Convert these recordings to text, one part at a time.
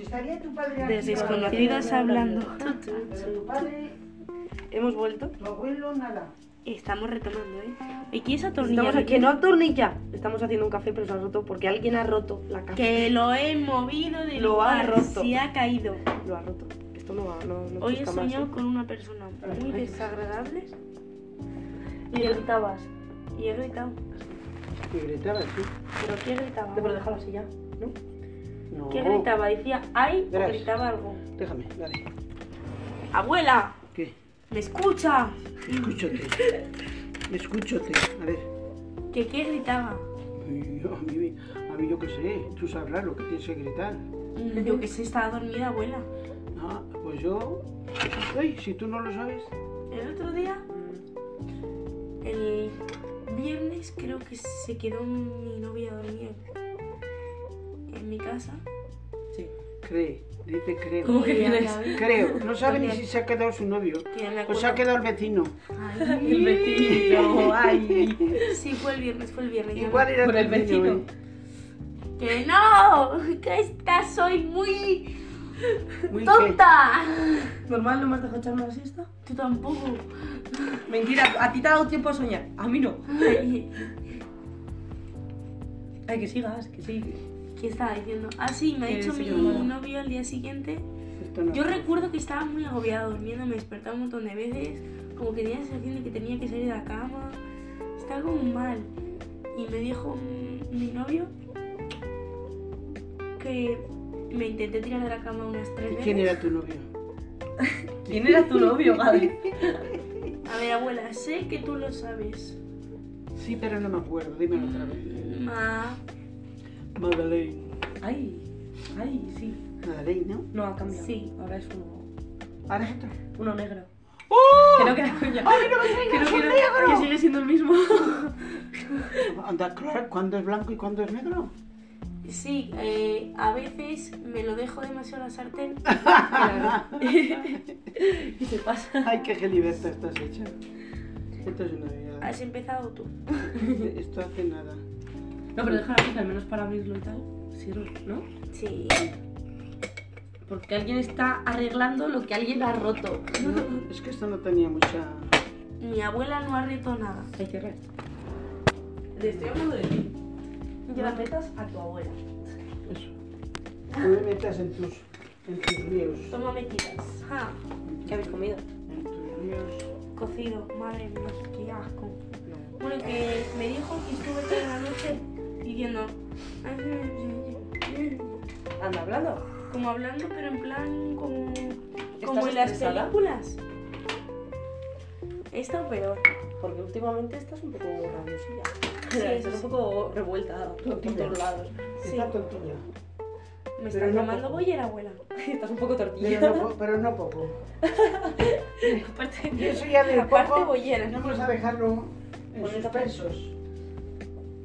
estaría tu padre aquí. De desconocidas hablando. Pero tu padre, Hemos vuelto. tu abuelo, nada. Estamos retomando, ¿eh? ¿Y quieres atornillar? Estamos aquí, no atornilla. Estamos haciendo un café, pero se ha roto porque alguien ha roto la caja. Que lo he movido de Lo ha lugar. roto. Si ha caído. Lo ha roto. Esto no va, no, no Hoy he chusca más, soñado ¿eh? con una persona muy desagradable. Y Yo- gritabas. Y he gritado. Y gritaba así. ¿Pero qué gritaba? No, pero déjalo así ya, ¿no? No. ¿Qué gritaba? ¿Decía ay o Verás. gritaba algo? Déjame, dale. ¡Abuela! ¿Qué? ¡Me escucha! Escúchate. Escúchate. A ver. ¿Que qué gritaba? Y yo- a, mí, a mí yo qué sé. Tú sabrás lo que tienes que gritar. Mm, Yo que sé, estaba dormida, abuela. Ah, pues yo... Ay, si tú no lo sabes. El otro día, el viernes, creo que se quedó mi novia dormida en mi casa. Cree. Dice creo. ¿Cómo que Creo. crees? Creo. No sabe ni si se ha quedado su novio. Que me O se ha acuerdo- quedado el vecino. Ay, vecino, ay. Sí, fue el viernes, fue el viernes. ya ¿Y cuál era Por tu el vecino, vecino. eh? no- ¡Que no! ¡Que esta soy muy Muy tonta! Normal, no me has dejado echarme la siesta. Tú tampoco. Mentira, a ti te ha dado tiempo a soñar. A mí no. Ay, Ay, que sigas, que sí. ¿Qué estaba diciendo? Ah, sí, me ha Que dicho se mi quedó mala. novio al día siguiente que- Esto no. Yo recuerdo que estaba muy agobiada durmiendo, me despertaba un montón de veces, como que tenía la sensación de que tenía que salir de la cama, estaba como mal. Y me dijo mm, mi novio que me intenté tirar de la cama unas tres ¿Y veces. quién era tu novio? ¿Quién era tu novio, Gaby? A ver, abuela, sé que tú lo sabes. Sí, pero no me acuerdo. Dímelo otra vez. Ma, Madeleine. Ay, ay, sí. Madeleine, ¿no? No, ha cambiado. Sí. Ahora es uno, Ahora es otro. uno negro. ¡Oh! Creo que era coña. ¡Ay, no me Creo traigas que, un era- negro! que sigue siendo el mismo. Anda, claro, ¿cuándo es blanco y cuándo es negro? sí, eh, a veces me lo dejo demasiado en la sartén. ¿Qué te pasa? Ay, qué geliberta estás hecha. Esto es una vida. Has empezado tú. Esto hace nada. No, pero déjala así, que al menos para abrirlo y tal sirve, ¿no? Sí. Porque alguien está arreglando lo que alguien ha roto. No, es que esto no tenía mucha. Mi abuela no ha roto nada. Hay que re. Te estoy hablando de ti. Lleva metas a tu abuela. Eso. No me metas en tus, en tus ríos. Toma metidas. Ja. ¿Qué habéis comido? En tus ríos. cocido, madre mía, qué asco. Bueno, que me dijo que estuve toda la noche diciendo, ¿Anda hablando? como hablando, pero en plan como, como ¿Estás en las estresada? películas. He estado peor. Porque últimamente estás un poco rabiosilla. Sí, eso estás sí. un poco revuelta por Tortilla. todos lados. Sí. Está tortilla. Me Pero está no llamando poco. Boyer, abuela. Estás un poco tortilla. Pero no, po- pero no poco. Aparte, Y eso ya del aparte poco. Boyer. Vamos a dejarlo en Con el sus café. pesos.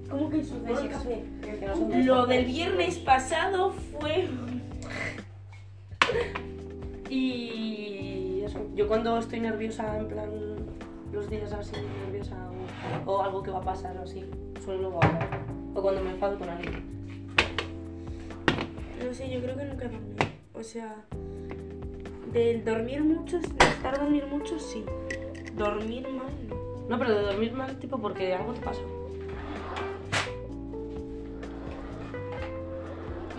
¿Cómo que sucede ese café? Que no son de Pues, Lo esta- del viernes pasado fue... Y eso, yo cuando estoy nerviosa, en plan, los días así, nerviosa o, o algo que va a pasar o así, suelo hablar. O cuando me enfado con alguien. No sé, yo creo que nunca he dormido. O sea, del dormir mucho, estar dormir mucho, sí. Dormir mal, no. No, pero de dormir mal, tipo, porque algo te pasa.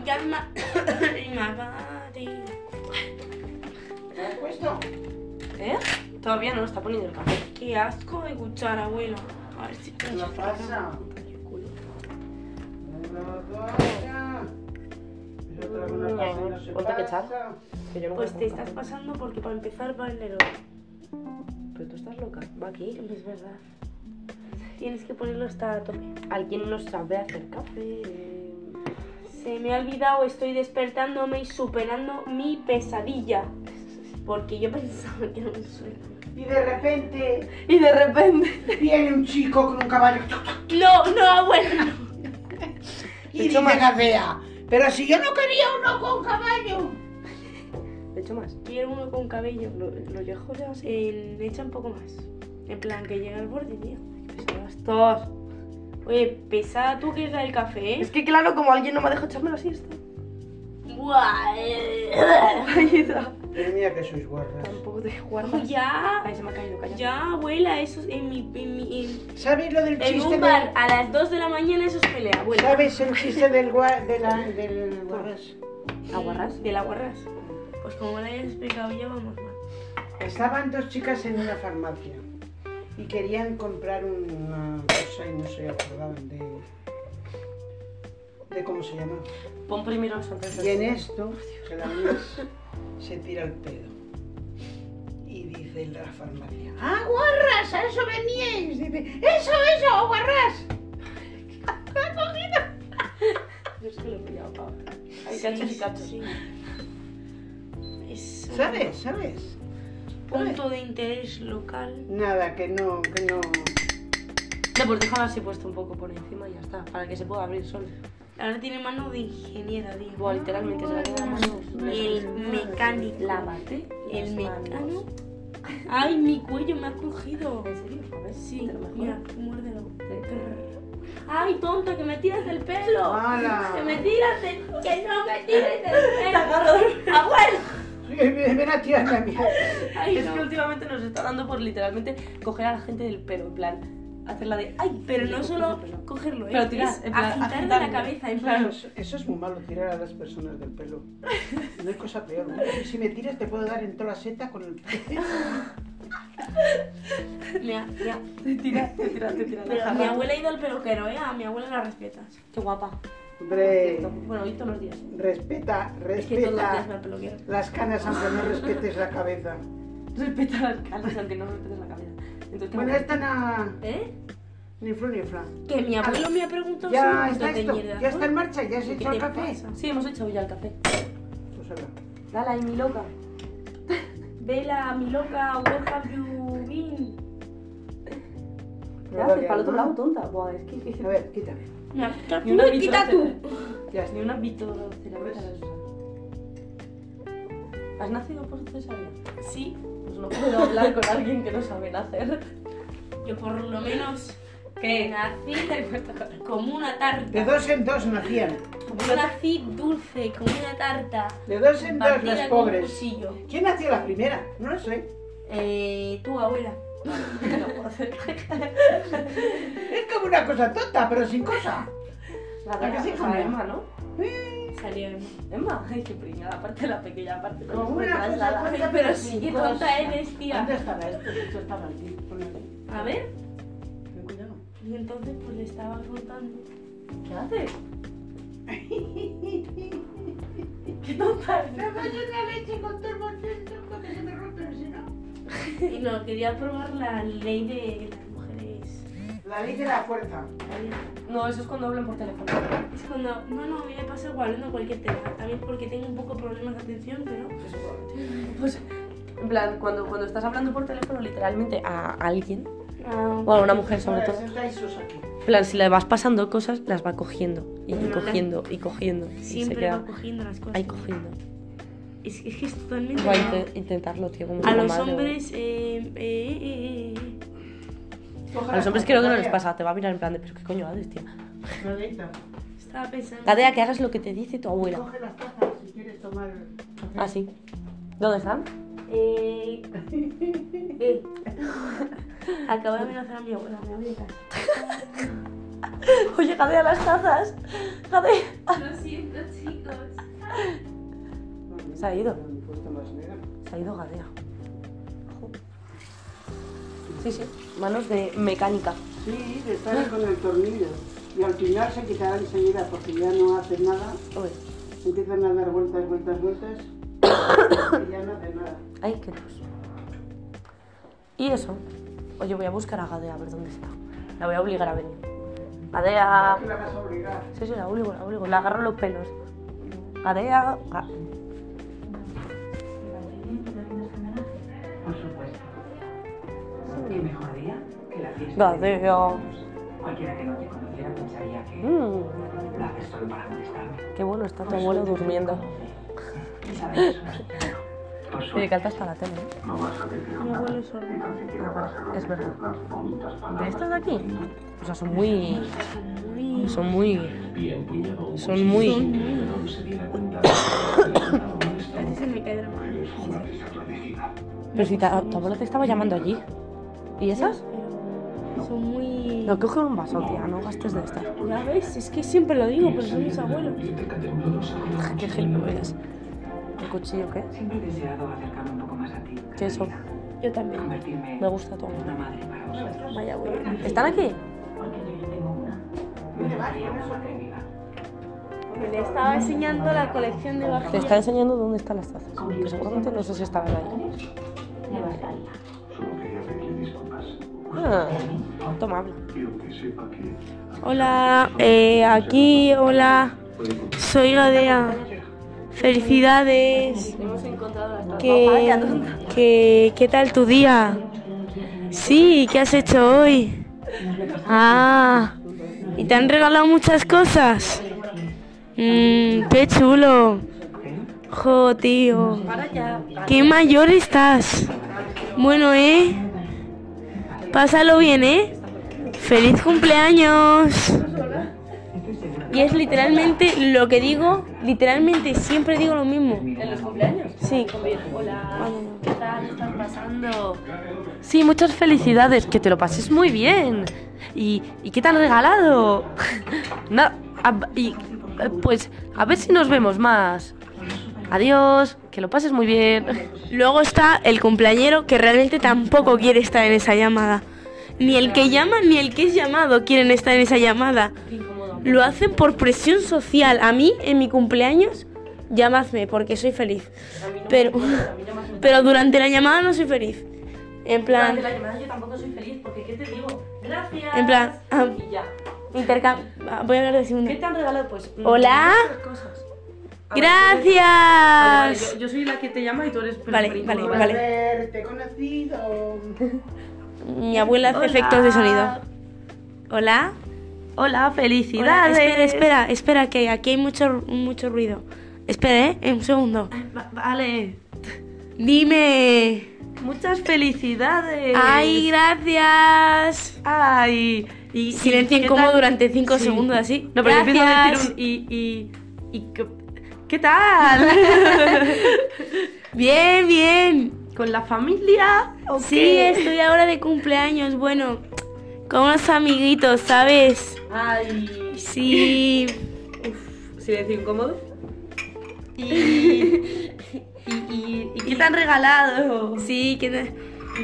Ya ma... y ma- madre. ¿Te has puesto? ¿Eh? Todavía no lo está poniendo el café. Qué asco de escuchar, abuelo. A ver si te ¿Qué pasa? Culo. ¿Cuánto Ponte a echar. Que yo no Pues me te pongo estás café. pasando porque para empezar va en el Pero tú estás loca. Va aquí. Es verdad. Tienes que ponerlo hasta a tope. Alguien no sabe hacer café. Se me ha olvidado, estoy despertándome y superando mi pesadilla. Porque yo pensaba que era un sueño. Y de repente Y de repente. viene un chico con un caballo No, no, abuelo. y dice Gardea, pero si yo no quería uno con caballo. De hecho, más. Quiero uno con cabello. Los yojoras le echan un poco más. En plan, que llega al borde, tío. Todos. Oye, pesada tú que es la del café, ¿eh? Es que claro, como alguien no me ha dejado echarme la siesta. Bueno, ¡Guau! Ayuda. mía, que sois guarras. Tampoco te guardas. Ya, Ay, se me ha caído, calla. ya, abuela, eso es en mi. En, mi- en- ¿Sabéis lo del en chiste un del... bar a las 2 de la mañana eso es pelea, abuela. ¿Sabes el chiste del gua... de la... del guarras? ¿Aguarrás? Del aguarrás. Pues como le hayas explicado ya, vamos mal. Estaban dos chicas en una farmacia y querían comprar una cosa y no se acordaban de... de cómo se llama. Pon primero el sorteo. Y en esto, que la ves, se tira el pedo. Y dice el de la farmacia, ¡Ah, guarras! ¡A eso veníais! Dice, ¡eso, eso, guarras! Yo es que lo he pillado, pa. Hay Sí, cachos y sí, cachos. sí. Es un ¿Sabes? ¿Sabes? punto de interés local. Nada, que no, que no... No, pues déjalo así puesto un poco por encima y ya está, para que se pueda abrir solo. Ahora tiene mano de ingeniera, digo. Igual, literalmente se la queda mano. El mecánico. La maté. El las manos. mecánico. Ay, mi cuello me ha cogido. ¿En serio? A ver, Sí, te lo mejor. mira, muérdelo. Ay, tonta, que me tiras del pelo. ¡Hala! Que me tiras del... Que no me tires del pelo. Abuelo. Ven ven a tirarme a mí. Ay, Es que no. últimamente nos está dando por literalmente coger a la gente del pelo, en plan, hacerla de ay, Pero no coge solo el pelo". cogerlo, ¿eh? Pero tirar, es en plan, agitar de la agitarlo. cabeza, en Claro, plan... eso, eso es muy malo, tirar a las personas del pelo. No hay cosa peor. ¿no? Si me tiras te puedo dar en toda la seta con el pelo. Mira, mira. Te tira, te tira, te tira la Pero jarra. mi abuela ha ido al peluquero, ¿eh? A mi abuela la respetas. Qué guapa. Hombre, Cierto. Bueno, hoy todos los días. respeta, Es que todos los días va respeta al peluquero. las canas aunque no respetes la cabeza. Respeta las canas, aunque no respetes la cabeza. Entonces, ¿qué Bueno, guapa. esta na... ¿Eh? ni flu ni fla. Que mi abuelo me ha preguntado si Ya me gusta está de esto, mierda. ya está en marcha, ya has ¿Qué hecho el te café. pasa? Sí, hemos hecho ya el café. Pues ala. Dale ahí, mi loca. Vela, mi loca, where have you been? ¿Qué Prueba haces? de Para el otro alma. lado, tonta. Buah, es que. A ver, quítame. Me ha quitado Ni una tú, quita tú. Ya está. Ni una vitrocerámica. ¿Ves? ¿Has nacido por cesárea? Sí, Pues no puedo hablar con alguien que no sabe nacer. yo por lo menos ¿Qué? nací como una De tarta. dos en dos nacían. Yo nací dulce, como una tarta. De dos en dos partida las con un pobres. cuchillo. ¿Quién nació la primera? No lo sé. Eh, tu abuela. No puedo hacer. Es como una cosa tonta, pero sin cosa. La que sí, o sea, Julia. Emma, ¿no? Salió hermosa. Emma, ay, qué pringada, aparte la pequeña, aparte Como no se una puede cosa trasladar. tonta, Pero sí, qué tonta eres, ¿Dónde tía. estaba esto? Esto estaba aquí. Ponlo aquí. A ver, Ten cuidado. y entonces pues le estaba contando. ¿Qué haces? Qué tonta eres. Me vas una leche con turbo centro porque se me rompe el seno. Y no, quería probar la ley de las mujeres. La ley de la fuerza. No, eso es cuando hablan por teléfono. Es cuando, no, no, a mí me pasa hablando cualquier tema. También porque tengo un poco problemas de atención, pero Pues, en plan, cuando, cuando estás hablando por teléfono literalmente a alguien, ah, o a una mujer sobre Ahora, todo, sentáis sus aquí. en plan, si le vas pasando cosas, las va cogiendo, y No, cogiendo, y cogiendo, y se siempre va queda cogiendo las cosas. ahí cogiendo. Es, es que es totalmente... Va a inte- intentarlo, tío, como A una los madre, güey. hombres... Eh, eh, eh, eh, eh, Coja A los la hombres creo que no les tarea. pasa, te va a mirar en plan de, pero qué coño haces, tío. Lolita, estaba pensando... Tadea, que hagas lo que te dice tu abuela. Coge las tazas si quieres tomar. Mm. Así. ¿Dónde están? Eh, eh. Acabo de amenazar a mi abuela, me voy de casa. Oye, Jadea, las tazas. Jadea. Lo siento, chicos. Se ha ido. Me he puesto más negra. Se ha ido Gadea. Sí, sí. Manos de mecánica. Sí, te sale con el tornillo. Y al final se quitará enseguida porque ya no hace nada. Uy. Empiezan a dar vueltas, vueltas, vueltas. y ya no hace nada. Ay, qué tos. ¿Y eso? Oye, voy a buscar a Gadea, a ver dónde está. La voy a obligar a venir. Gadea. ¿Qué la vas a obligar? Sí, sí, la obligo, la obligo. Le agarro los pelos. Gadea. ga- Por supuesto. ¿Qué mejor día que la fiesta? de- Gadea. Cualquiera que no te conociera pensaría que Mm, lo haces solo para molestarme. qué bueno está tu abuelo durmiendo. Y sabes, eso no es bueno. por Oye, que suerte. alta está la tele, ¿eh? No vas a decir Mi abuelo nada. es sordo. Ni tan siquiera vas a Es verdad. repetir las bonitas ¿De palabras estas de aquí? O sea, Pues son muy... Son muy... Son muy... Había empuñado un Son cuchillo muy- sin que el menor se diera cuenta de que había levantado un A ti se estado. me cae de la mano. Eres una desagradecida. Pero si ta- tu abuelo te estaba llamando allí. ¿Y esas? Pero son muy... No, coge un vaso, tía, no gastes de estas. Ya ves, es que siempre lo digo, pero son mis abuelos. eh. Biblioteca temblorosa con el Qué cuchillo en la mano. gilipollas. ¿El cuchillo qué? Siempre he deseado acercarme un poco más a ti. ¿Qué eso? Catalina. Yo también. Convertirme Me gusta tu en una abuelo. madre para vosotros. Vaya abuelo. ¿Están aquí? Porque yo ya tengo una. Me daría una atrevida. Le estaba enseñando la colección de Te vajillas. está enseñando dónde están las tazas. Pues Que seguramente no sé si estaban ahí. Solo quería pedir disculpas. Ah, toma, habla. Quiero que sepa que... Hola, eh, aquí, hola. Soy Gadea. Felicidades. Hemos encontrado las ¿Qué, qué, qué tal tu día? Sí, ¿qué has hecho hoy? Ah, ¿y te han regalado muchas cosas? Mmm, qué chulo. Jo, tío. Qué mayor estás. Bueno, ¿eh? Pásalo bien, ¿eh? ¡Feliz cumpleaños! Y es literalmente lo que digo, literalmente siempre digo lo mismo. ¿En los cumpleaños? Sí. Hola, ¿qué tal? ¿Qué estás pasando? Sí, muchas felicidades, que te lo pases muy bien. ¿Y, y qué te han regalado? Na- a- y, eh, pues a ver si nos vemos más. Adiós, que lo pases muy bien. Luego está el cumpleañero que realmente tampoco quiere estar en esa llamada. Ni el que llama ni el que es llamado quieren estar en esa llamada. Qué incómodo. Lo hacen por presión social. A mí, en mi cumpleaños, llamadme porque soy feliz. A mí no me Pero- importa, a mí no me hace- Pero durante la llamada no soy feliz. En Durante plan, la llamada yo tampoco soy feliz porque ¿qué te digo? Gracias. En plan, ah. Y ya. intercambio. ah, Voy a hablar de ¿Qué segundo. te han regalado? Pues. mm, Hola. muchas cosas. A ver, vale, vale, ¡Gracias! yo, yo soy la que te llama y tú eres. pero Vale, primo, vale, Por vale. haberte conocido. Mi abuela hace efectos de sonido. Hola. Hola, Hola, felicidades. espera, eh, espera, espera, que aquí hay mucho, mucho ruido. Espera, ¿eh? Un segundo. Va- vale, Dime. muchas felicidades. ¡Ay, gracias! ay. Y, Silencio y- ¿qué incómodo tal? durante 5 Sí. segundos, así. No, pero yo empiezo a gracias. decir un y y y ¿qué- ¿Qué tal? Bien, bien. ¿Con la familia? ¿O Sí, qué? estoy ahora de cumpleaños. Bueno, con unos amiguitos, ¿sabes? Ay. Sí. Silencio incómodo. Y, y, y, y qué te han regalado? Sí, que. te-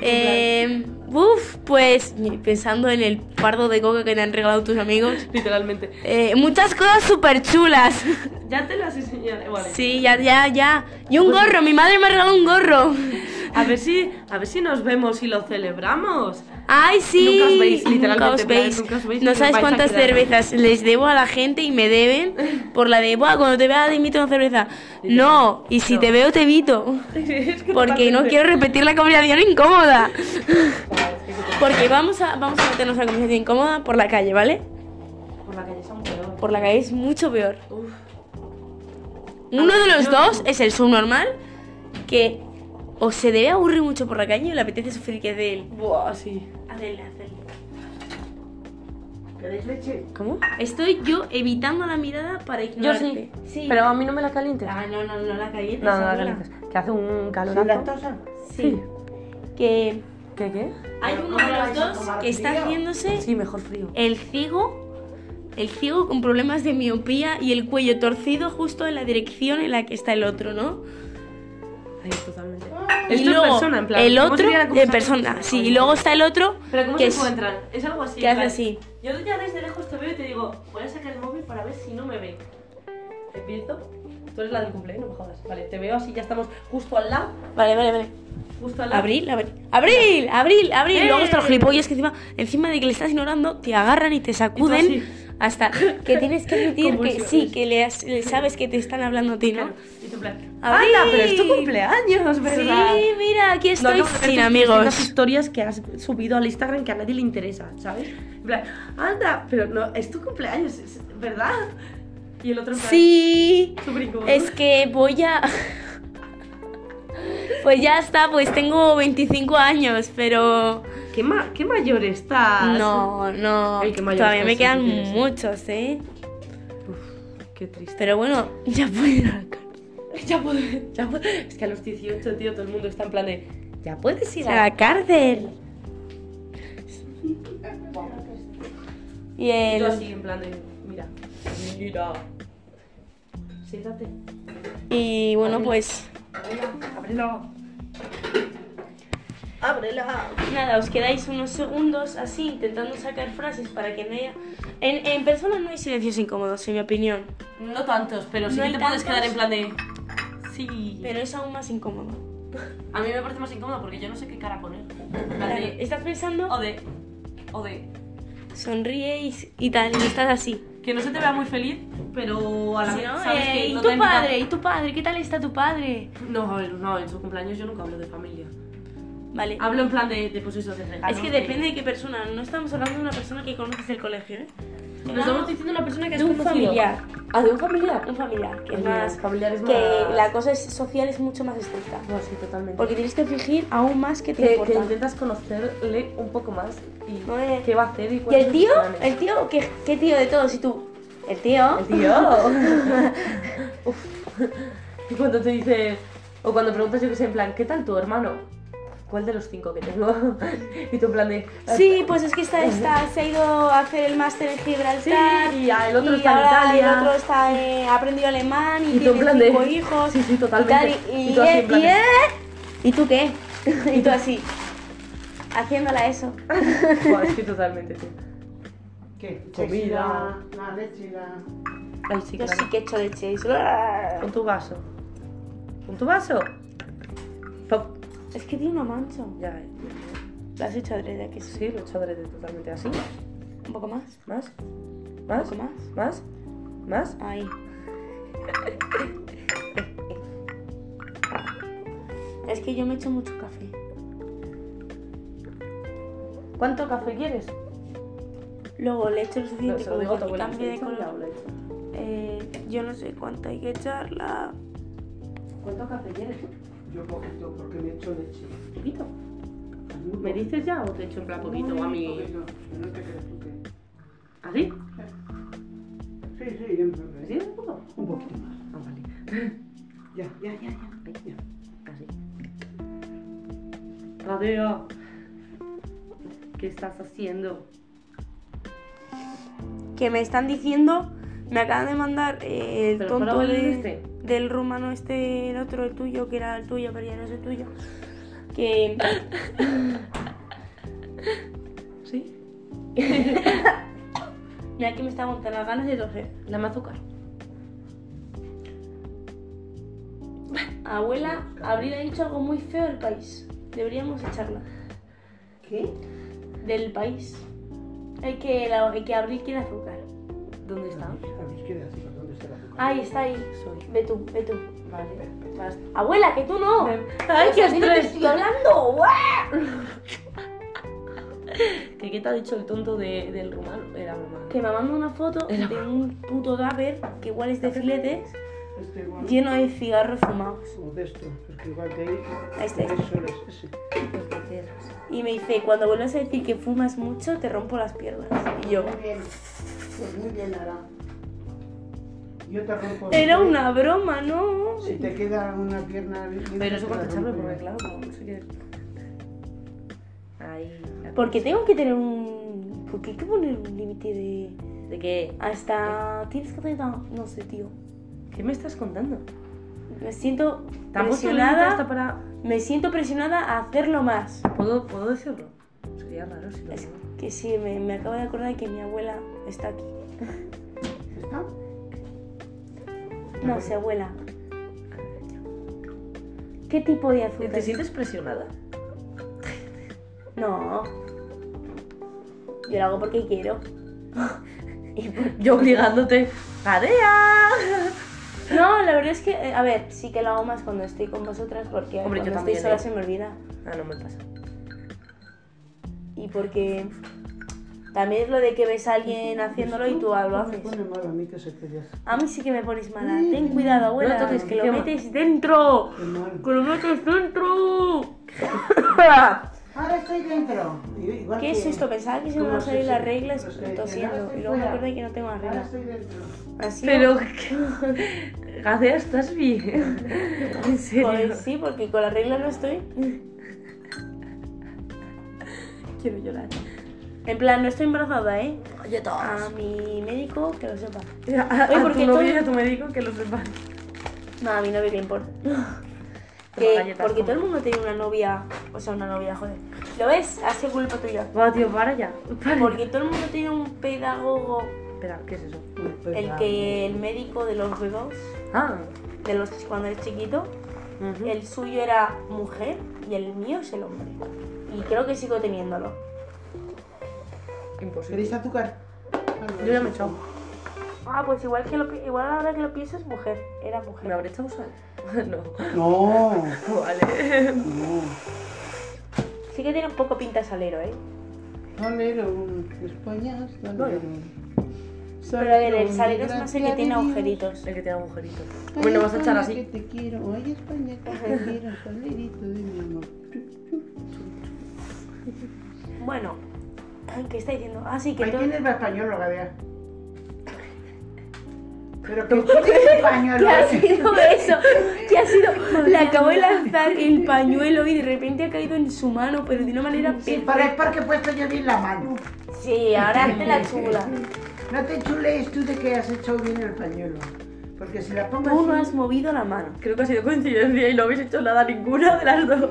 Eh, uf, pues pensando en el pardo de coca que te han regalado tus amigos. Literalmente. Eh, muchas cosas súper chulas. Ya te las enseñaré. Vale. Sí, ya, ya, ya. Y un gorro, mi madre me ha regalado un gorro. A ver si a ver si nos vemos y lo celebramos. Ay, sí. Nunca os veis, Nunca literalmente, os veis. nunca os veis y No os sabes vais a cuántas quedar. cervezas les debo a la gente y me deben por la de, "Buah, cuando te vea te invito a una cerveza. No, y si te veo te evito. Es que Porque no totalmente. quiero repetir la conversación incómoda. Porque vamos a, vamos a meternos a la conversación incómoda por la calle, ¿vale? Por la calle son peor. Por la calle es mucho peor. Uf. Uno de los dos es el subnormal que o se debe aburrir mucho por la calle o le apetece sufrir que es de él. Buah, sí. Hazle, hazle. ¿Queréis leche? ¿Cómo? Estoy yo evitando la mirada para ignorarte. sí. Pero a mí no me la calientes. Ah, no, no, no la calientes. no, no la abuela. calientes. Que hace un ¿Sin calor. lactosa? Sí. Que ¿Qué qué? hay Pero uno ¿cómo de la los vais a dos tomar que está frío? haciéndose Sí, mejor frío. el ciego, el ciego con problemas de miopía y el cuello torcido justo en la dirección en la que está el otro, ¿no? Ay, totalmente. Y Esto en luego, persona, en plan, El ¿cómo otro sería la de conversación? persona, sí. Y Oye. luego está el otro Pero ¿cómo que se es- encuentran? Es algo así. que hace en plan, así. Yo ya desde lejos te veo y te digo, voy a sacar el móvil para ver si no me ve. Empiezo. Tú eres la del cumpleaños, no me jodas. Vale, te veo así, ya estamos justo al lado. Vale, vale, vale. Justo al lado. Abril, abril, abril, abril, abril. ¡Eh! Luego están los gilipollas que encima, encima de que le estás ignorando, te agarran y te Y sacuden tú así. hasta que tienes que admitir que Convulsiones. sí, que le, has- le sabes que te están hablando a ti, ¿no? Claro. Y tú en plan. ¡Abril! Anda, pero es tu cumpleaños, ¿verdad? Sí, mira, aquí No estoy acabo de ver tus- sin esas amigos. historias que has subido al Instagram que a nadie le interesa, ¿sabes? En plan, anda, pero no, es tu cumpleaños, es- ¿verdad? Y el otro en plan. Sí, súper incómodo. es que voy a... Pues ya está, pues tengo 25 años, pero ¿Qué, ma- qué mayor estás? no, no, Ay, qué mayor todavía me estás, quedan sí que eres. muchos, ¿eh? Qué triste. Pero bueno, ya puedo ir a la cárcel. Ya puedo, ya puedo- Es que a los 18, tío, todo el mundo está en plan de. Ya puedes ir a la cárcel. Y Y tú el, así en plan de. Mira. Mira. Siéntate. y bueno, pues Ábrelo. nada, os quedáis unos segundos así intentando sacar frases para que no haya... En, en persona no hay silencios incómodos, en mi opinión, No tantos, pero sí No que hay te puedes tantos. quedar en plan de. Sí. pero es aún más incómodo. A mí me parece más incómodo porque yo no sé qué cara poner. En plan Claro, de. estás pensando, O de. O de. sonríes y tal, y estás así. Que no se te vea muy feliz, pero a la Si vez no, sabes eh, que ¿Y no te tu han invitado- padre? ¿Y tu padre? ¿Qué tal está tu padre? No, a ver, no, en su cumpleaños yo nunca hablo de familia. Vale. Hablo en plan de, de pues eso, de regalos. Eh, Es que depende de qué persona. No estamos hablando de una persona que conoces del colegio, ¿eh? Nos estamos diciendo una persona que es De un familiar. Ah, de un familiar. Un familiar. Que es Oye, más. familiar es Que más- la cosa es- social es mucho más estricta. No, sí, totalmente. Porque tienes que fingir aún más que te que, que importa. intentas conocerle un poco más y No, eh. qué va a hacer y ¿Y cuáles el son tío? sus planes. ¿El tío? ¿Qué, qué tío de todos? ¿Y tú? ¿El tío? El tío. Uf. Y cuando te dices, o cuando preguntas, yo que sé, en plan, ¿qué tal tu hermano? ¿Cuál de los cinco que tengo? y tú en plan de. Sí, pues es que está, está, se ha ido a hacer el máster en sí, Gibraltar. y ah, el otro y está en ahora Italia. El otro está, eh, ha aprendido alemán y, Y tú en plan tiene de- cinco hijos. Sí, sí, y tal, totalmente. y, tú así en plan y- de- ¿eh? ¿Y tú qué? y tú así, haciéndola eso. Ah, Buah, sí, totalmente, tío. ¿Qué? Comida. La leche, la... Ay, sí, Yo claro. sí que he hecho de chase. Con tu vaso. Con tu vaso. Pop. Es que tiene una mancha. Ya, eh. La has hecho adrede aquí. sí, lo he hecho adrede totalmente así. Un poco más, ¿Más? un ¿Más? poco más. ¿Más? ¿Más? Ahí. Es que yo me echo mucho café. ¿Cuánto café quieres? Luego le echo lo No, suficiente se lo como digo a tu para que abuela, cambie ¿lo he de hecho ya o lo color. he hecho? Eh, yo no sé cuánto hay que echarla. ¿Cuánto café quieres? Yo poquito, porque me echo leche. ¿Poquito? ¿Me dices ya o te echo en plan poquito a mí? Poquito, No te creas tú que... ¿Así? Sí, sí, yo me ¿Así de poco? Un poquito más. Ah, vale. Ya, ya, ya, ya. ya. Así. Adiós. ¿Qué estás haciendo? Que me están diciendo, me acaban de mandar eh, el ¿Pero fuera tonto del de- este? del rumano este, el otro, el tuyo, que era el tuyo, pero ya no es el tuyo. Que ¿Sí? mira que me está montando las ganas de toser. Dame azúcar. Abuela, habría dicho algo muy feo del país. Deberíamos echarla. ¿Qué? Del país. El que, la, el que abrir quiere azúcar. ¿Dónde está? A mi izquierda, sí, ¿dónde está la azúcar? Ahí está ahí. Soy. Ve tú, ve tú. Vale. Basta. Abuela, que tú no. ¡Ay, qué Pero si no te estrés! estoy hablando. ¡guau! ¿Qué, qué te ha dicho el tonto de- del rumano? Era rumano. Que me manda una foto de un puto tupper que igual es de filetes Este igual. lleno de cigarros fumados. O de esto, porque igual que ahí... Ahí está, ahí está. Eso es ese. Y me dice, cuando vuelvas a decir que fumas mucho, te rompo las piernas. Y yo, Muy bien. Pues muy bien, Ara. Yo te rompo... era una broma, ¿no? Si te queda una pierna... libre, Pero eso te la con echarlo rompo porque yo. claro, como no sé qué. Ahí. Porque tengo que tener un... ¿Por qué hay que poner un límite de... ¿De qué? Hasta... Tienes que tener... No sé, tío. ¿Qué me estás contando? Me siento ¿Te han puesto límite hasta presionada. para. Me siento presionada a hacerlo más. ¿Puedo, ¿Puedo decirlo? Sería raro si lo Es digo. que sí, me, me acabo de acordar que mi abuela está aquí. ¿Está? Ah. No sé, abuela. ¿Qué tipo de azúcar? ¿Te sientes presionada? No. Yo lo hago porque quiero. Y por- Yo obligándote. ¡Gadea! No, la verdad es que, eh, a ver, sí que lo hago más cuando estoy con vosotras porque Hombre, yo cuando también, estoy sola ¿eh? se me olvida. Ah, no me pasa. Y porque También es lo de que ves a alguien haciéndolo y tú lo haces. pone mal a mí que se pelee así. A mí sí que me pones mala. Ten cuidado, abuela. Mm. No toques, que que lo ma- metes dentro. Qué mal. Que lo metes dentro. Ahora estoy dentro. Y- igual que- ¿Qué es esto? Pensaba que se me ¿Cómo iban a es salir eso? las reglas Pero es que- tosiendo. Y luego me acordé que no tengo las Ahora reglas. estoy dentro. Así Pero, Gadea, ¿estás bien? En serio. Pues sí, porque con las reglas no estoy. Quiero llorar. En plan, no estoy embarazada, ¿eh? A mi médico que lo sepa. A, Oye, a porque tu novio todo- y a tu médico que lo sepan. No, a mi novio que le importa. Que- galletas, porque toma. todo el mundo tiene una novia. O sea, una novia, joder. ¿Lo ves? Hace culpa tuya. Va, tío, para ya. Para. Porque todo el mundo tiene un pedagogo. Espera, ¿qué es eso? Pues El que el médico de los bebés, Ah. de los cuando eres chiquito, ujú. el suyo era mujer y el mío es el hombre. Y creo que sigo teniéndolo. Imposible. ¿Queréis azúcar? Yo ya me he echado. Ah, pues igual que lo, pi- igual ahora que lo pienso es mujer. Era ¿Me mujer. habré echado sal? no. No, Vale. no. Sí que tiene un poco pinta salero, ¿eh? Solero, España, solero. Pero a ver, el salero es más el que tiene agujeritos. El que tiene agujeritos. Hombre, no vas a echar Que así. te quiero, ay España, que te quiero, solerito de mi amor. Bueno, ¿qué está diciendo? Ah, sí, que Ahí todo... tienes la española, Gadea. Pero que tienes ¿Qué española. ha sido eso? ¿Qué ha sido? Le acabo de lanzar el pañuelo y de repente ha caído en su mano, pero de una manera Pero es perfecta. porque he puesto yo bien la mano. Sí, ahora hazte la chula. No te chulees tú de que has hecho bien el pañuelo. Porque si la pongo Tú no así- has movido la mano. Creo que ha sido coincidencia y no habéis hecho nada ninguna de las dos.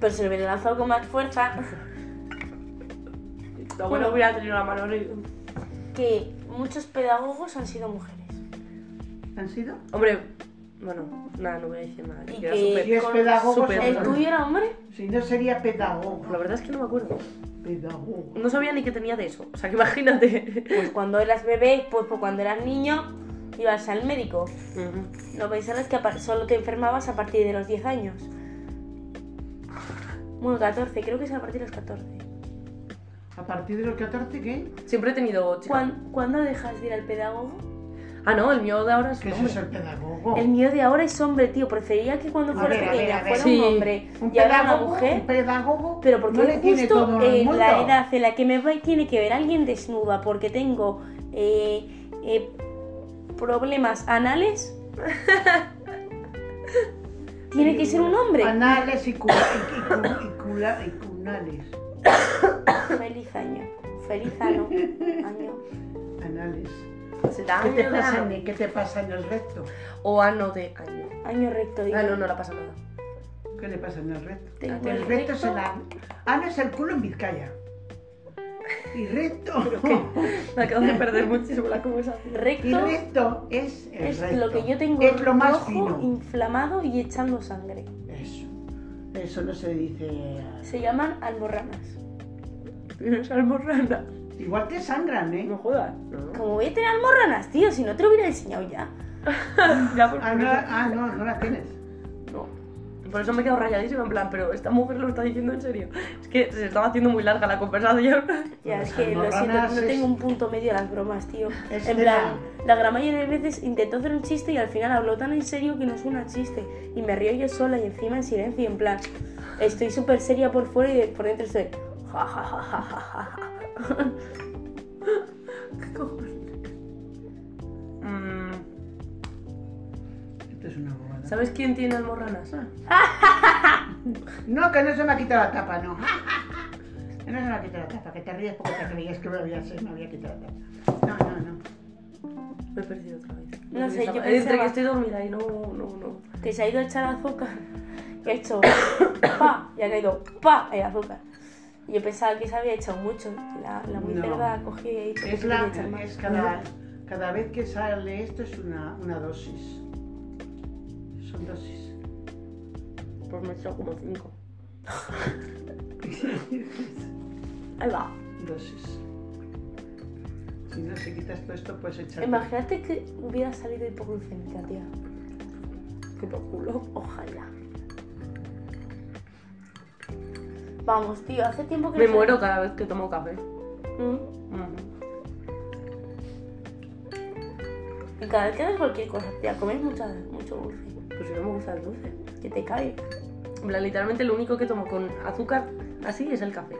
Pero se lo hubiera lanzado con más fuerza. No, bueno, hubiera tenido la mano. ¿no? Que muchos pedagogos han sido mujeres. ¿Han sido? Hombre, bueno, nada, no voy a decir nada. que Y queda que- súper- Si es Con- pedagogo, súper- ¿El tuyo era hombre? si no sería pedagogo. La verdad es que no me acuerdo. Pedagogo. No sabía ni que tenía de eso. O sea, que imagínate. Pues cuando eras bebé, pues, pues cuando eras niño, ibas al médico. Ujú. No pensarás que a par- solo te enfermabas a partir de los 10 años. Bueno, 14, creo que es a partir de los 14. ¿A partir de los 14 qué? Siempre he tenido chica. ¿Cuán- ¿Cuándo dejas de ir al pedagogo? Ah, no, el mío de ahora es ¿Qué un es hombre. eso el pedagogo? El mío de ahora es hombre, tío. Prefería que cuando A fuera ver, a ver, pequeña a ver. fuera Sí. un hombre Un y ahora una pedagogo, mujer. Un pedagogo. Pero porque no le tiene todo justo el en mundo. la edad en la que me va- tiene que ver alguien desnuda porque tengo eh, eh, problemas anales, tiene que ser un hombre. Anales y, cu- y, cu- y, cula- y cunales. Feliz año. Feliz ano- año. Anales. Será ¿Qué te año de pasa, ano. en- ¿Qué te pasa en el recto? O ano de año. Año recto, digo. Ah, no, no le pasa nada. ¿Qué le pasa en el recto? Tengo El recto es el ano. Ano es el culo en Vizcaya. Y recto. Me acabo de perder muchísimo la conversación. Y Recto recto es el es recto. lo que yo tengo Es lo más rojo, fino. inflamado y echando sangre. Eso. Eso no se dice. Se llaman almorranas. Tienes almorrana. Igual te sangran, ¿eh? No jodas. No. Como voy a tener almorranas, tío, si no te lo hubiera enseñado ya. Ya, por, Ah, no, ah, no, no la tienes. no. Por eso me he quedado rayadísima en plan, pero esta mujer lo está diciendo en serio. Es que se estaba haciendo muy larga la conversación. Ya, es Las que lo siento, almorranas no es- tengo un punto medio a las bromas, tío. Es en de plan, la gran mayoría de veces intento hacer un chiste y al final hablo tan en serio que no suena a chiste. Y me río yo sola y encima en silencio, en plan, estoy súper seria por fuera y de- por dentro estoy... Ja, ja, ja, ja, ja, ja, ja. Mm, Esto es una bobada. ¿Sabes quién tiene almorranas? Ah, No, que no se me ha quitado la tapa, no. Que no se me ha quitado la tapa, que te ríes porque te creías que me había, se me había quitado la tapa. No, no, no. Me he perdido otra vez. No sé, yo Entre pensaba- que estoy dormida y no, no, no. Que se ha ido a echar azúcar. Que ha hecho... ¡Pa! Y ha caído... ¡Pa! El azúcar. Y Yo pensaba que se había echado mucho. La, la muy No. cerda ha cogido y ha dicho que Es, se la, quería echar más. es cada, cada vez que sale esto es una, una dosis. Son dosis. Pues me he echado como cinco. Ahí va. Dosis. Si no se quitas todo esto, puedes echar. Imagínate que hubiera salido hipoglucémica, tía. Que por culo. Ojalá. Vamos, tío, hace tiempo que Me no- Mm. muero cada vez que tomo café. Mm. Y cada vez que haces cualquier cosa, tía, comes mucha, mucho dulce. Pues si no me gusta el dulce. Que te cae. En plan, literalmente lo único que tomo con azúcar así es el café.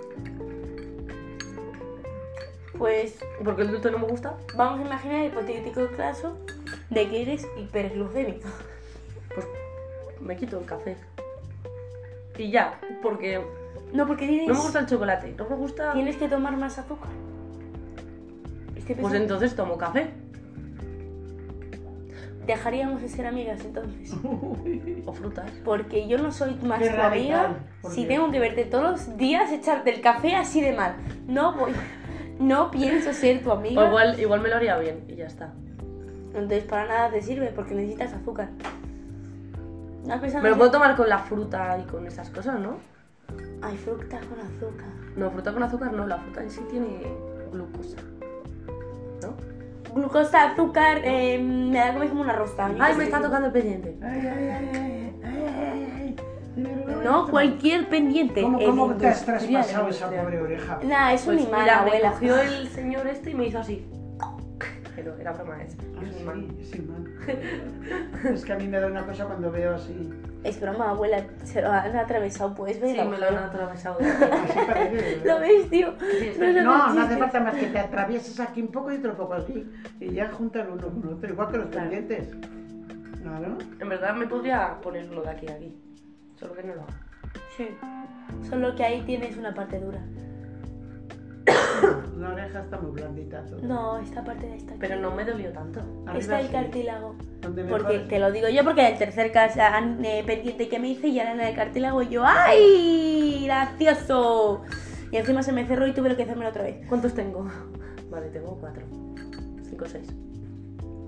Pues Porque el dulce no me gusta, vamos a imaginar el hipotético caso de que eres hiperglucémico. me quito el café. Y ya, porque No, porque tienes, no me gusta el chocolate, no me gusta... tienes que tomar más azúcar. Este Pues entonces tomo café. Dejaríamos de ser amigas entonces. O frutas. Porque yo no soy más Qué tu amiga radical, por si Dios. tengo que verte todos los días echarte el café así de mal. No voy. No pienso ser tu O amiga. igual, igual me lo haría bien y ya está. Entonces para nada te sirve porque necesitas azúcar. ¿No has pensado Me lo en- puedo tomar con la fruta y con esas cosas, ¿no? Ay, fruta con azúcar. No, fruta con azúcar no, la fruta en sí tiene glucosa. ¿No? Glucosa, azúcar, eh, me da como una rosta. Yo Ay, qué me sé. está tocando el pendiente. Ay, ay, ay, ay, ay, ay, ay, ay. No, cualquier pendiente. ¿Cómo, el cómo te has industrial. traspasado esa pobre oreja? Nah, es un Pues imán, mira, abuela. me cogió el señor este y me hizo así. Pero era broma esa. Ah, Es un sí, imán. es imán. Es que a mí me da una cosa cuando veo así. Es broma, abuela. Se lo han atravesado, puedes Sí, verlo. me lo han atravesado. así parece, ¿Lo ¿verdad? ves, tío? No, no, No, no hace existe. falta más que te atravieses aquí un poco y otro poco aquí. Y ya juntan uno con otro, igual que los pendientes. Claro. En verdad me podría poner uno de aquí a aquí. Solo que no lo hago. Sí. Solo que ahí tienes una parte dura. La oreja está muy blandita. todo. No, esta parte de esta. Pero no me dolió tanto. Arriba Está el sí, cartílago. donde Porque mejor- te lo digo yo, porque en el tercer casa, an- eh, pendiente que me hice y ahora en el cartílago y yo, ¡ay! ¡Gracioso! Y encima se me cerró y tuve lo que hacerme otra vez. ¿Cuántos tengo? Vale, tengo cuatro. Cinco, seis.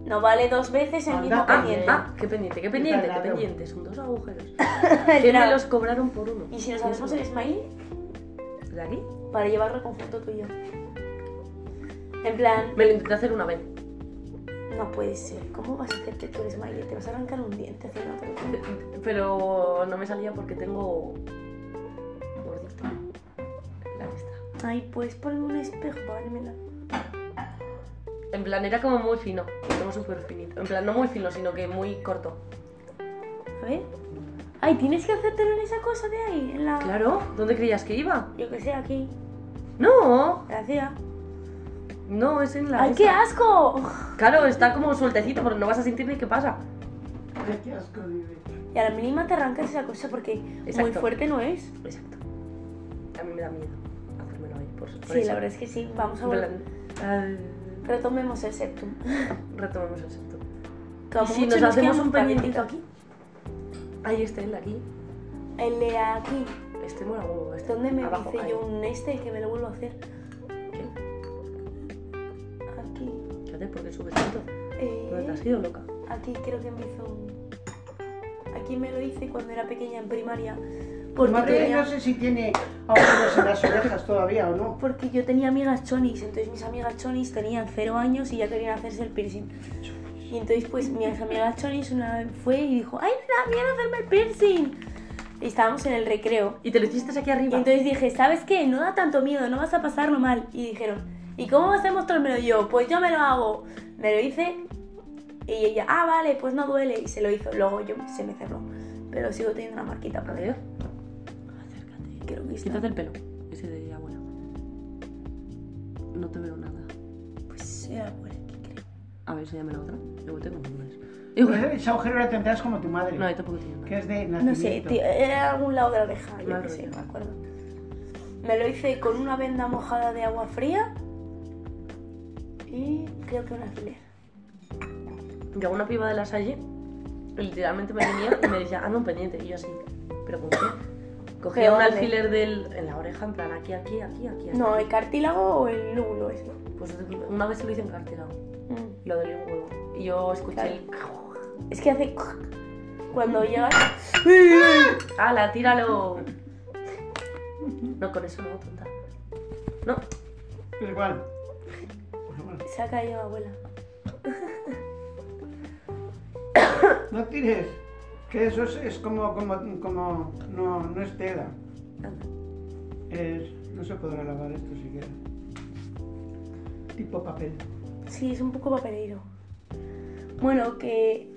No vale dos veces el mismo Anda, Ah, pendiente. ah, qué pendiente, qué pendiente, qué Claro. pendiente. Son dos agujeros. El Que me drag. los cobraron por uno. Y si nos hacemos el smiley ¿De aquí? para llevarlo al conjunto tuyo. En plan, Me lo intenté hacer una vez. no puede ser. ¿Cómo vas a hacerte tu smiley? Te vas a arrancar un diente haciéndotelo. Pero no me salía porque tengo. gordito. La vista. Ay, pues ponme un espejo para vármela. En plan, era como muy fino. lo Tengo súper finito. En plan, no muy fino, sino que muy corto. A ver. Ay, tienes que hacértelo en esa cosa de ahí, en la. Claro, ¿dónde creías que iba? Yo que sé, aquí. No, Gracias. no, es en la. ¡Ay, esa. qué asco! Claro, está como sueltecito, pero no vas a sentir ni qué pasa. Ay, qué asco, dime. Y a la mínima te arrancas esa cosa porque muy Exacto. fuerte no es. Exacto. A mí me da miedo hacérmelo ahí, por, por Sí, eso. la verdad es que sí. Vamos a En volver. plan, ay, Retomemos el septum. retomemos el sector. Como si mucho nos hacemos queda un pendientito paquetito. aquí? Ahí está el de aquí. El de aquí. Este mola huevo. Este ¿Dónde me abajo, hice ahí. yo un este que me lo vuelvo a hacer? ¿Qué? Aquí. Fíjate, ¿por qué subes tanto? ¿Dónde te Eh, has ido, loca? aquí creo que me hizo un... Aquí me lo hice cuando era pequeña en primaria. Porque, Madre, tenía- no sé si tiene agujeros en las orejas todavía o no. porque yo tenía amigas chonis, entonces mis amigas chonis tenían cero años y ya querían hacerse el piercing. Y entonces pues mis amigas chonis una vez fue y dijo, ¡ay, me da miedo hacerme el piercing! Y estábamos en el recreo. Y te lo hiciste aquí Y arriba. entonces dije, ¿sabes qué? No da tanto miedo, no vas a pasarlo mal. Y dijeron, ¿y cómo vas a mostrármelo yo? Pues yo me lo hago. Me lo hice y ella, ah, vale, pues no duele. Y se lo hizo. Luego yo se me cerró. Pero sigo teniendo una marquita por Adiós. Acércate, creo que está. Quítate el pelo. Ese de abuela. No te veo nada. Pues era por aquí, creo. A ver, enséñame la otra. Luego tengo nombres. Ese agujero lo tendrás como tu madre, No, ahí tampoco tiene nada. que es de nacimiento. No sé, tío, era algún lado de la oreja, yo Mal no sé, rollo. no me acuerdo. Me lo hice con una venda mojada de agua fría y creo que un alfiler. Llegó una piba de la Salle y literalmente me venía y me decía, anda un pendiente. Y yo así, ¿pero con qué? ¿Qué Cogía un dónde? alfiler del, en la oreja, en plan, aquí, aquí, aquí, aquí. hasta No, aquí. el cartílago o el lóbulo ese. Pues una vez se lo hice en cartera, Mm. lo dolí un huevo. Y yo escuché Claro. el... Es que hace cuando llegas. ¡Hala, tíralo! No, con eso no, tonta. No, Pero igual. Bueno, bueno. Se ha caído abuela. No tires, que eso es, es como, como, como no, no es tela. Es- no se podrá lavar esto siquiera. Tipo papel. Sí, es un poco papelero. Bueno, que.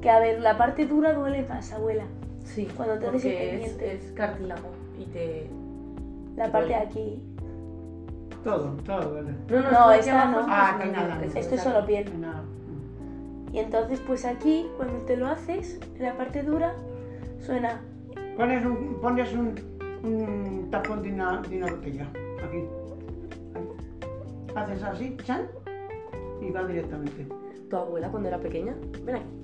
Que a ver, la parte dura duele más, abuela. Sí, Cuando te haces porque es, independiente. es cartílago y te... La Te parte de duele. aquí. Todo, todo, ¿vale? No, No, esto de esta abajo no. es Ah, más cartílago. lindo, Esto es cartílago. solo piel. Nada. Y entonces, pues aquí, cuando te lo haces, en la parte dura, suena. Pones un, pones un, un tapón de una, de una botella. Aquí. Ahí. Haces así, chan, y va directamente. Tu abuela cuando era pequeña, ven aquí,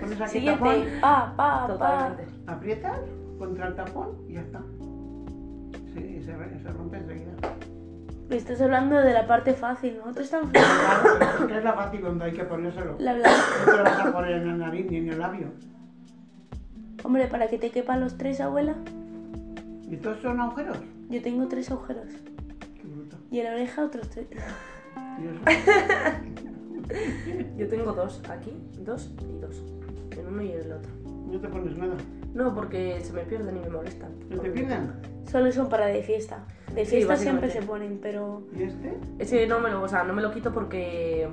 Pones aquí el tapón, Siguiente. Pa, pa, pa. totalmente. aprietas contra el tapón y ya está. Sí, se, re- se rompe enseguida. Me estás hablando de la parte fácil. Nosotros estamos. Claro, pero es que es la fácil cuando hay que ponérselo. la blan- No te lo vas a poner en la nariz ni en el labio. Hombre, para que te quepan los tres, abuela, ¿Y todos son agujeros? yo tengo tres agujeros. Qué bruto. Y en la oreja otros tres. Dios. Yo tengo dos aquí, dos y dos, en uno y en el otro. No te pones nada. No, porque se me pierden y me molestan. ¿No te pierden? Solo son para de fiesta. De fiesta siempre básicamente. se ponen, pero. ¿Y este? Ese no me lo, o sea, no me lo quito porque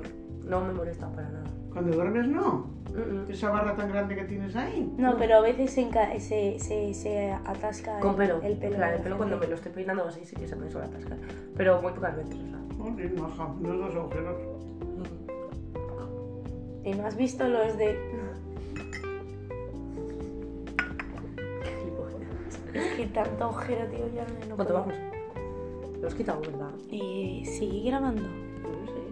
no me molesta para nada. Cuando duermes no. Mm, mm. Esa barra tan grande que tienes ahí. No, pero a veces se, enca- se, se, se atasca Con pelo. el pelo. Claro, de el la pelo cuando me gente. lo estoy peinando así sí que se me suele atascar. Pero muy pocas veces, o sea. mm, Joder, maja, los dos agujeros. ¿Y no has visto los de.? Es que tanto agujero, tío, ya no- no ¿Cuánto puedo. vamos? Los quitado, ¿verdad? Eh, ¿Seguí grabando? No sé.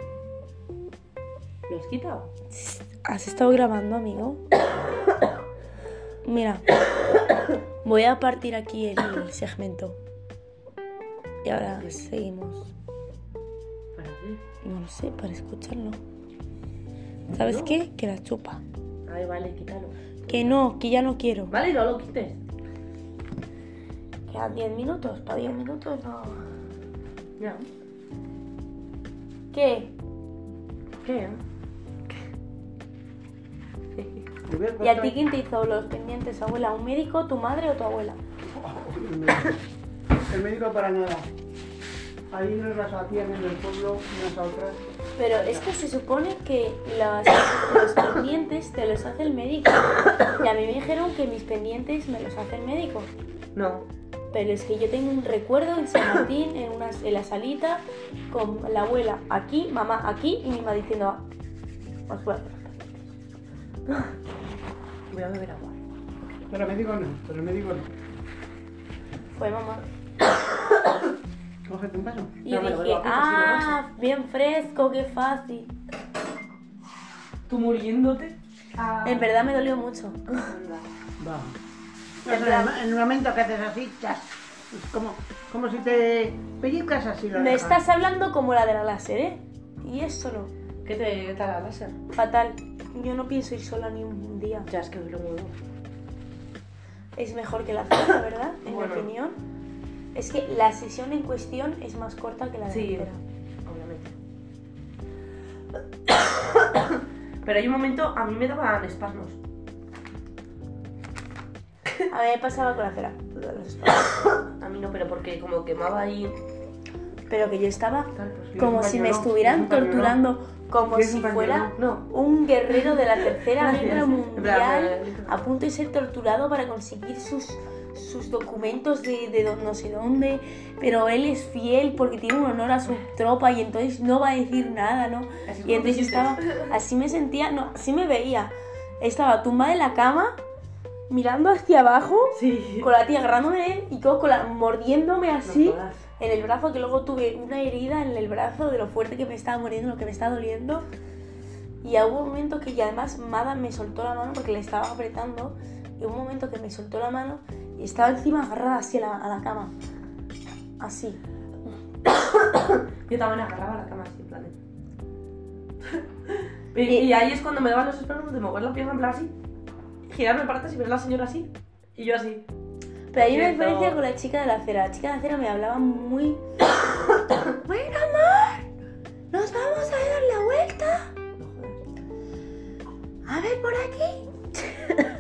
¿Los quitado? ¿Has estado grabando, amigo? Mira, voy a partir aquí el segmento. Y ahora seguimos. ¿Para qué? No lo sé, para escucharlo. ¿Sabes qué? Que la chupa. Ay, Ah, vale, quítalo. Que no, que ya no quiero. Vale, no lo quites. Quedan 10 minutos, para 10 minutos no. Ya. ¿Qué? ¿Qué? Me voy ¿Y pues, a ti quién te hizo los pendientes, abuela? ¿Un médico, tu madre o tu abuela? El médico para nada. Ahí nos las hacían en el pueblo unas a otras. Pero es que se supone que las- los pendientes te los hace el médico. Y a mí me dijeron que mis pendientes me los hace el médico. No. Pero es que yo tengo un recuerdo en San Martín, en, una, en la salita, con la abuela aquí, mamá aquí y mi mamá diciendo, "Ah, os voy a hacer". Voy a beber agua. Pero el médico no, pero el médico no. fue mamá. Cógete un vaso. Y yo No, me lo dije, vuelvo a poner, si no, ah, bien fresco, qué fácil. ¿Tú muriéndote? Ah. En verdad me dolió mucho. Va. En el- en el momento que haces así, chas. Es como, como si te pellizcas así la Me oreja. estás hablando como la de la láser, ¿eh? Y eso no. ¿Qué te da la láser? Fatal. Yo no pienso ir sola ni un día. Ya, es que lo muevo. Es mejor que la cera, ¿verdad? En mi opinión. Es que la sesión en cuestión es más corta que la de Sí. la cera. Obviamente. Pero hay un momento, a mí me daban espasmos. A mí me pasaba con la cera. A mí no, pero porque como quemaba ahí. Pero que yo estaba Tal, pues. Tienes como un si me pañuelo, estuvieran tienes un pañuelo. torturando, como Tienes si un pañuelo. fuera No. un guerrero de la tercera guerra Bla, eh, mundial, bla, bla. a punto de ser torturado para conseguir sus, sus documentos de, de don- no sé dónde, pero él es fiel porque tiene un honor a su tropa y entonces no va a decir nada, ¿no? Así es Y como entonces yo te estaba, así me sentía, no, así me veía. Estaba tumbada en la cama, mirando hacia abajo, Sí. con la tía agarrándome y con, con la, mordiéndome así No jodas. en el brazo, que luego tuve una herida en el brazo de lo fuerte que me estaba muriendo, lo que me estaba doliendo. Y hubo un momento que, y además Mada me soltó la mano porque le estaba apretando, y hubo un momento que me soltó la mano y estaba encima agarrada así a la, a la cama. Así. Yo también agarraba la cama así, en plan. de- y, y ahí es cuando me daban los espasmos de mover la pierna en plan así, girarme para atrás y ver a la señora así. Y yo así. Pero hay una Siento- diferencia con la chica de la acera. La chica de la acera me hablaba muy... ¡Bueno, amor! ¡Nos vamos a dar la vuelta! No jodas. A ver, por aquí.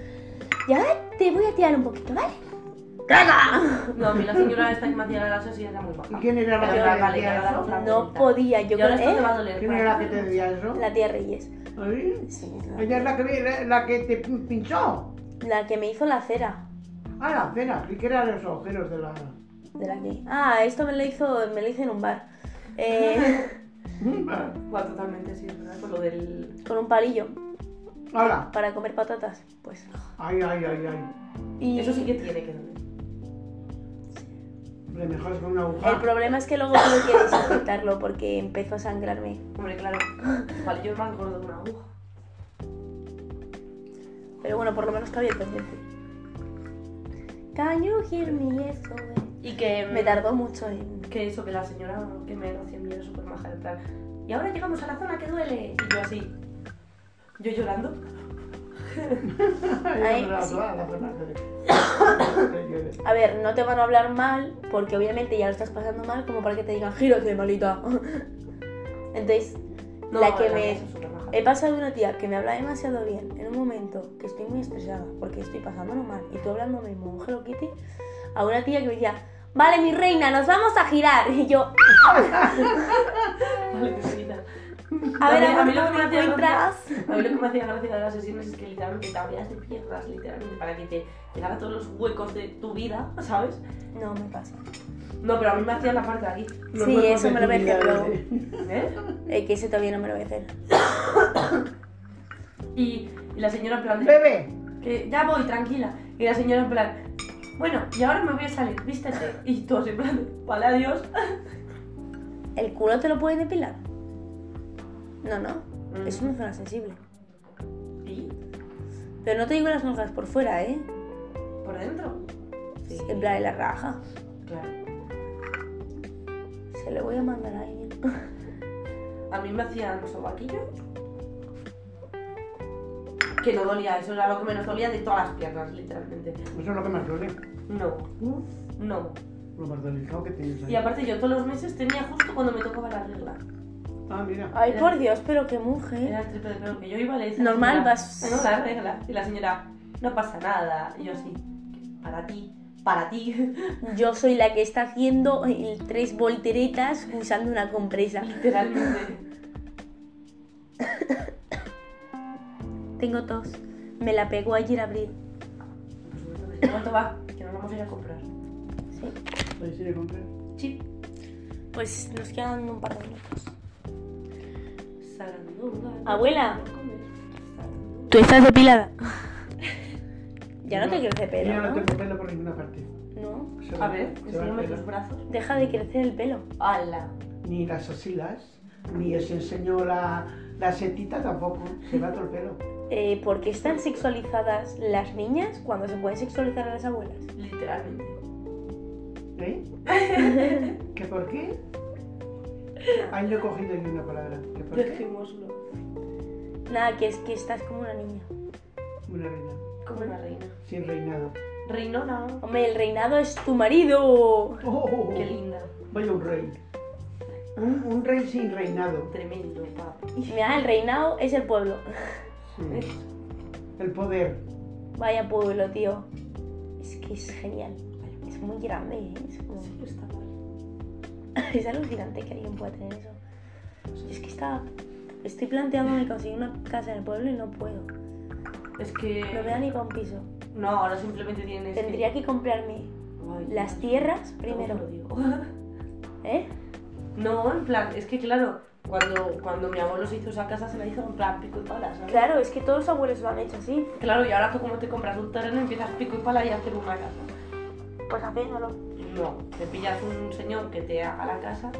¿Ya? te voy a tirar un poquito, ¿vale? No, a mí la señora esta que me hacía la sí era muy ¿Y guapa. quién era la que Pero te vale, decía ya la eso? otra. No podía, yo Y ahora creo esto te va ¿eh? a doler. ¿Quién era la que te decía eso? La tía Reyes. ¿Sí? Sí, la- Ella es la que, la- la que te pinchó. La que me hizo la cera. Ah, la cena. ¿Y qué eran los agujeros de la.? De la que. Ah, esto me lo hizo, me lo hice en un bar. Eh, Buah, totalmente, sí, es verdad, con lo del... con un palillo ¡Hala! para comer patatas, pues. Ay, ay, ay, ay. Y Eso sí que tiene que doler. Le mejor con una el aguja. problema es que luego tuve que desinfectarlo porque empezó a sangrarme. Hombre, claro, vale, yo es más gordo que una aguja. Pero bueno, por lo menos cabía pendiente. Can you hear me? Eso, eh. Y que... Me tardó mucho en. Que eso, que la señora que me hacía mí era súper maja, en plan... Y ahora llegamos a la zona que duele. Y yo así... Yo llorando. Ay, La- la- sí. la- la zona que- que llueve. A ver, no te van a hablar mal, porque obviamente ya lo estás pasando mal, como para que te digan, gírate, malita. Entonces, No, la que Eh. la me. mía es súper maja. He pasado de una tía que me habla demasiado bien en un momento que estoy muy estresada porque estoy pasándolo mal y tú hablándome como Hello Kitty, a una tía que me decía, vale mi reina, nos vamos a girar. Y yo, Vale, mi vida. a ver, mí- a amor, mí lo que ¿cómo me te hacía encuentras? A mí lo que me hacía gracia de las sesiones es que literalmente te abrías de piernas, literalmente, para que te llegara todos los huecos de tu vida, ¿sabes? No, me pasa. No, pero a mí me hacían la parte de aquí. Los sí, huecos eso de me lo voy a tu hacer vida, luego. dice. ¿Eh? Eh, que ese todavía no me lo voy a hacer. Y, y la señora en plan de, Bebé, que ya voy, tranquila. Y la señora en plan, bueno, y ahora me voy a salir, vístete. Y tú así en plan, de, vale, adiós. ¿El culo te lo pueden depilar? No, no, es una zona sensible. Y Pero no te digo las nalgas por fuera, ¿eh? por dentro. Sí, En plan, en la raja. claro. Se lo voy a mandar a alguien. A mí me hacían sobaquillo. Que no dolía, eso era lo que menos dolía de todas las piernas, literalmente. eso es lo que más duele. No, no. Lo más delicado que tienes Y ahí. aparte yo todos los meses tenía justo cuando me tocaba la regla. Ah, mira. Ay, por Dios, pero qué mujer. Era el triple de pelo que yo iba a decir. ¿Eh? Normal, señora, vas- "Ah, No, la regla. Y la señora, no pasa nada. Y yo así, para ti, para ti. Yo soy la que está haciendo el tres volteretas usando una compresa. Literalmente. Tengo tos. Me la pegó ayer abril. Pues, ¿Cuánto va? Que nos vamos a ir a comprar. Ahí sigue con qué. Chip. Pues nos quedan un par de minutos. Saranduga. Abuela. ¿Tú estás depilada? Ya no te crece Yo pelo, no ¿no? tengo pelo por ninguna parte. No. Se A va- ver, se va el enséñame pelo. tus brazos. Deja de crecer el pelo. ¡Hala! Ni las axilas, ni os enseño la, la setita tampoco. Se va todo el pelo. Eh, ¿Por qué están sexualizadas las niñas cuando se pueden sexualizar a las abuelas? Literalmente. ¿Eh? ¿Que por qué? Ahí no he cogido ni una palabra. ¿Que por qué? Dejémoslo. Nada, que es que estás como una niña. Una reina. Como una reina. Sin reinado. Reinona. Hombre, el reinado es tu marido. ¡Oh! oh, oh. Qué linda. Vaya un rey. Ah. Un, un rey sin reinado. Tremendo, papi. Mira, el reinado es el pueblo. Sí. El poder. Vaya pueblo, tío. Es que es genial. Es muy grande, ¿eh? Es, como- Sí, está mal. es alucinante que alguien pueda tener eso. Yo es que estaba... Estoy planteándome conseguir una casa en el pueblo y no puedo. Es que. No me da ni para un piso. No, ahora simplemente tienes. que- Tendría que comprarme Ay, las Dios. tierras No, primero, lo digo. ¿eh? No, en plan, es que claro, cuando, cuando mi abuelo se hizo esa casa se la hizo en plan pico y pala, ¿sabes? Claro, es que todos los abuelos lo han hecho así. Claro, y ahora tú como te compras un terreno empiezas pico y pala y a hacer una casa. Pues haciéndolo. No, te pillas un señor que te haga la casa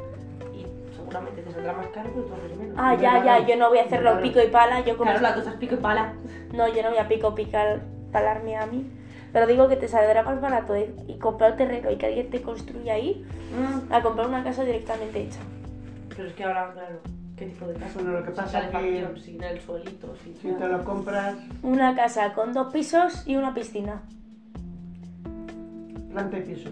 y seguramente te saldrá más caro, pero tú haces menos. Ah, pues ya, ya, yo no voy a hacerlo pico y pala. Yo como Claro, la cosa es pico y pala. No, yo no voy a pico picar palarme a mí. Pero digo que te saldrá más barato eh, y comprar terreno y que alguien te construya ahí Mm, a comprar una casa directamente hecha. Pero es que ahora, claro, ¿qué tipo de casa? Bueno, lo que Sin pasa es que- calefacción, Sin el suelito, sin Si te nada. lo compras, Una casa con dos pisos y una piscina. planta y piso.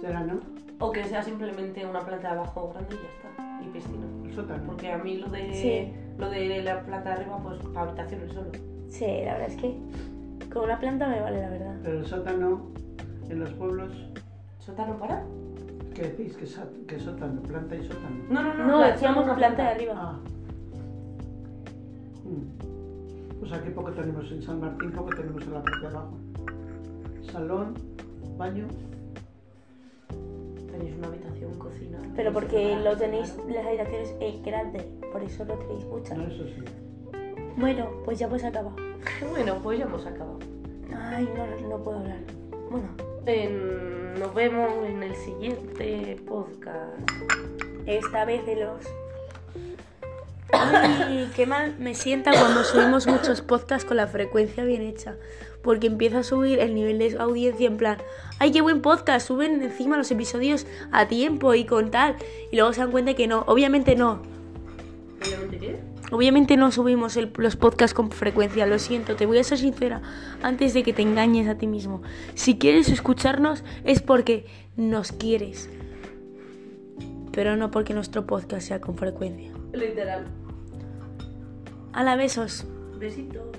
¿Será, no? O que sea simplemente una planta de abajo grande y ya está. Y piscina. El sótano. Porque a mí lo de, Sí. lo de la planta de arriba, pues para habitaciones solo. Sí, la verdad es que Con una planta me vale, la verdad. Pero el sótano en los pueblos, ¿Sótano para? ¿qué decís? ¿Qué, sa- qué sótano? ¿Planta y sótano? No, no, no. No, la- decíamos una planta de arriba. Ah. Mm. Pues aquí poco tenemos en San Martín, poco tenemos en la parte de abajo. Salón, baño, Tenéis una habitación, cocina. Pero porque lo lo tenéis, las habitaciones eh, es grande, por eso lo tenéis muchas. no eso sí. Bueno, pues ya pues acaba. Bueno, pues ya hemos acabado. Ay, no, no puedo hablar. Bueno, En- Nos vemos en el siguiente podcast. esta vez de los... Ay, Qué mal me sienta cuando subimos muchos podcasts con la frecuencia bien hecha. Porque empieza a subir el nivel de audiencia en plan, ay, qué buen podcast, suben encima los episodios a tiempo y con tal. Y luego se dan cuenta que no, obviamente no. ¿Obviamente qué? Obviamente no subimos el- los podcasts con frecuencia, lo siento, te voy a ser sincera antes de que te engañes a ti mismo. Si quieres escucharnos es porque nos quieres, pero no porque nuestro podcast sea con frecuencia. Literal. A la besos. Besito.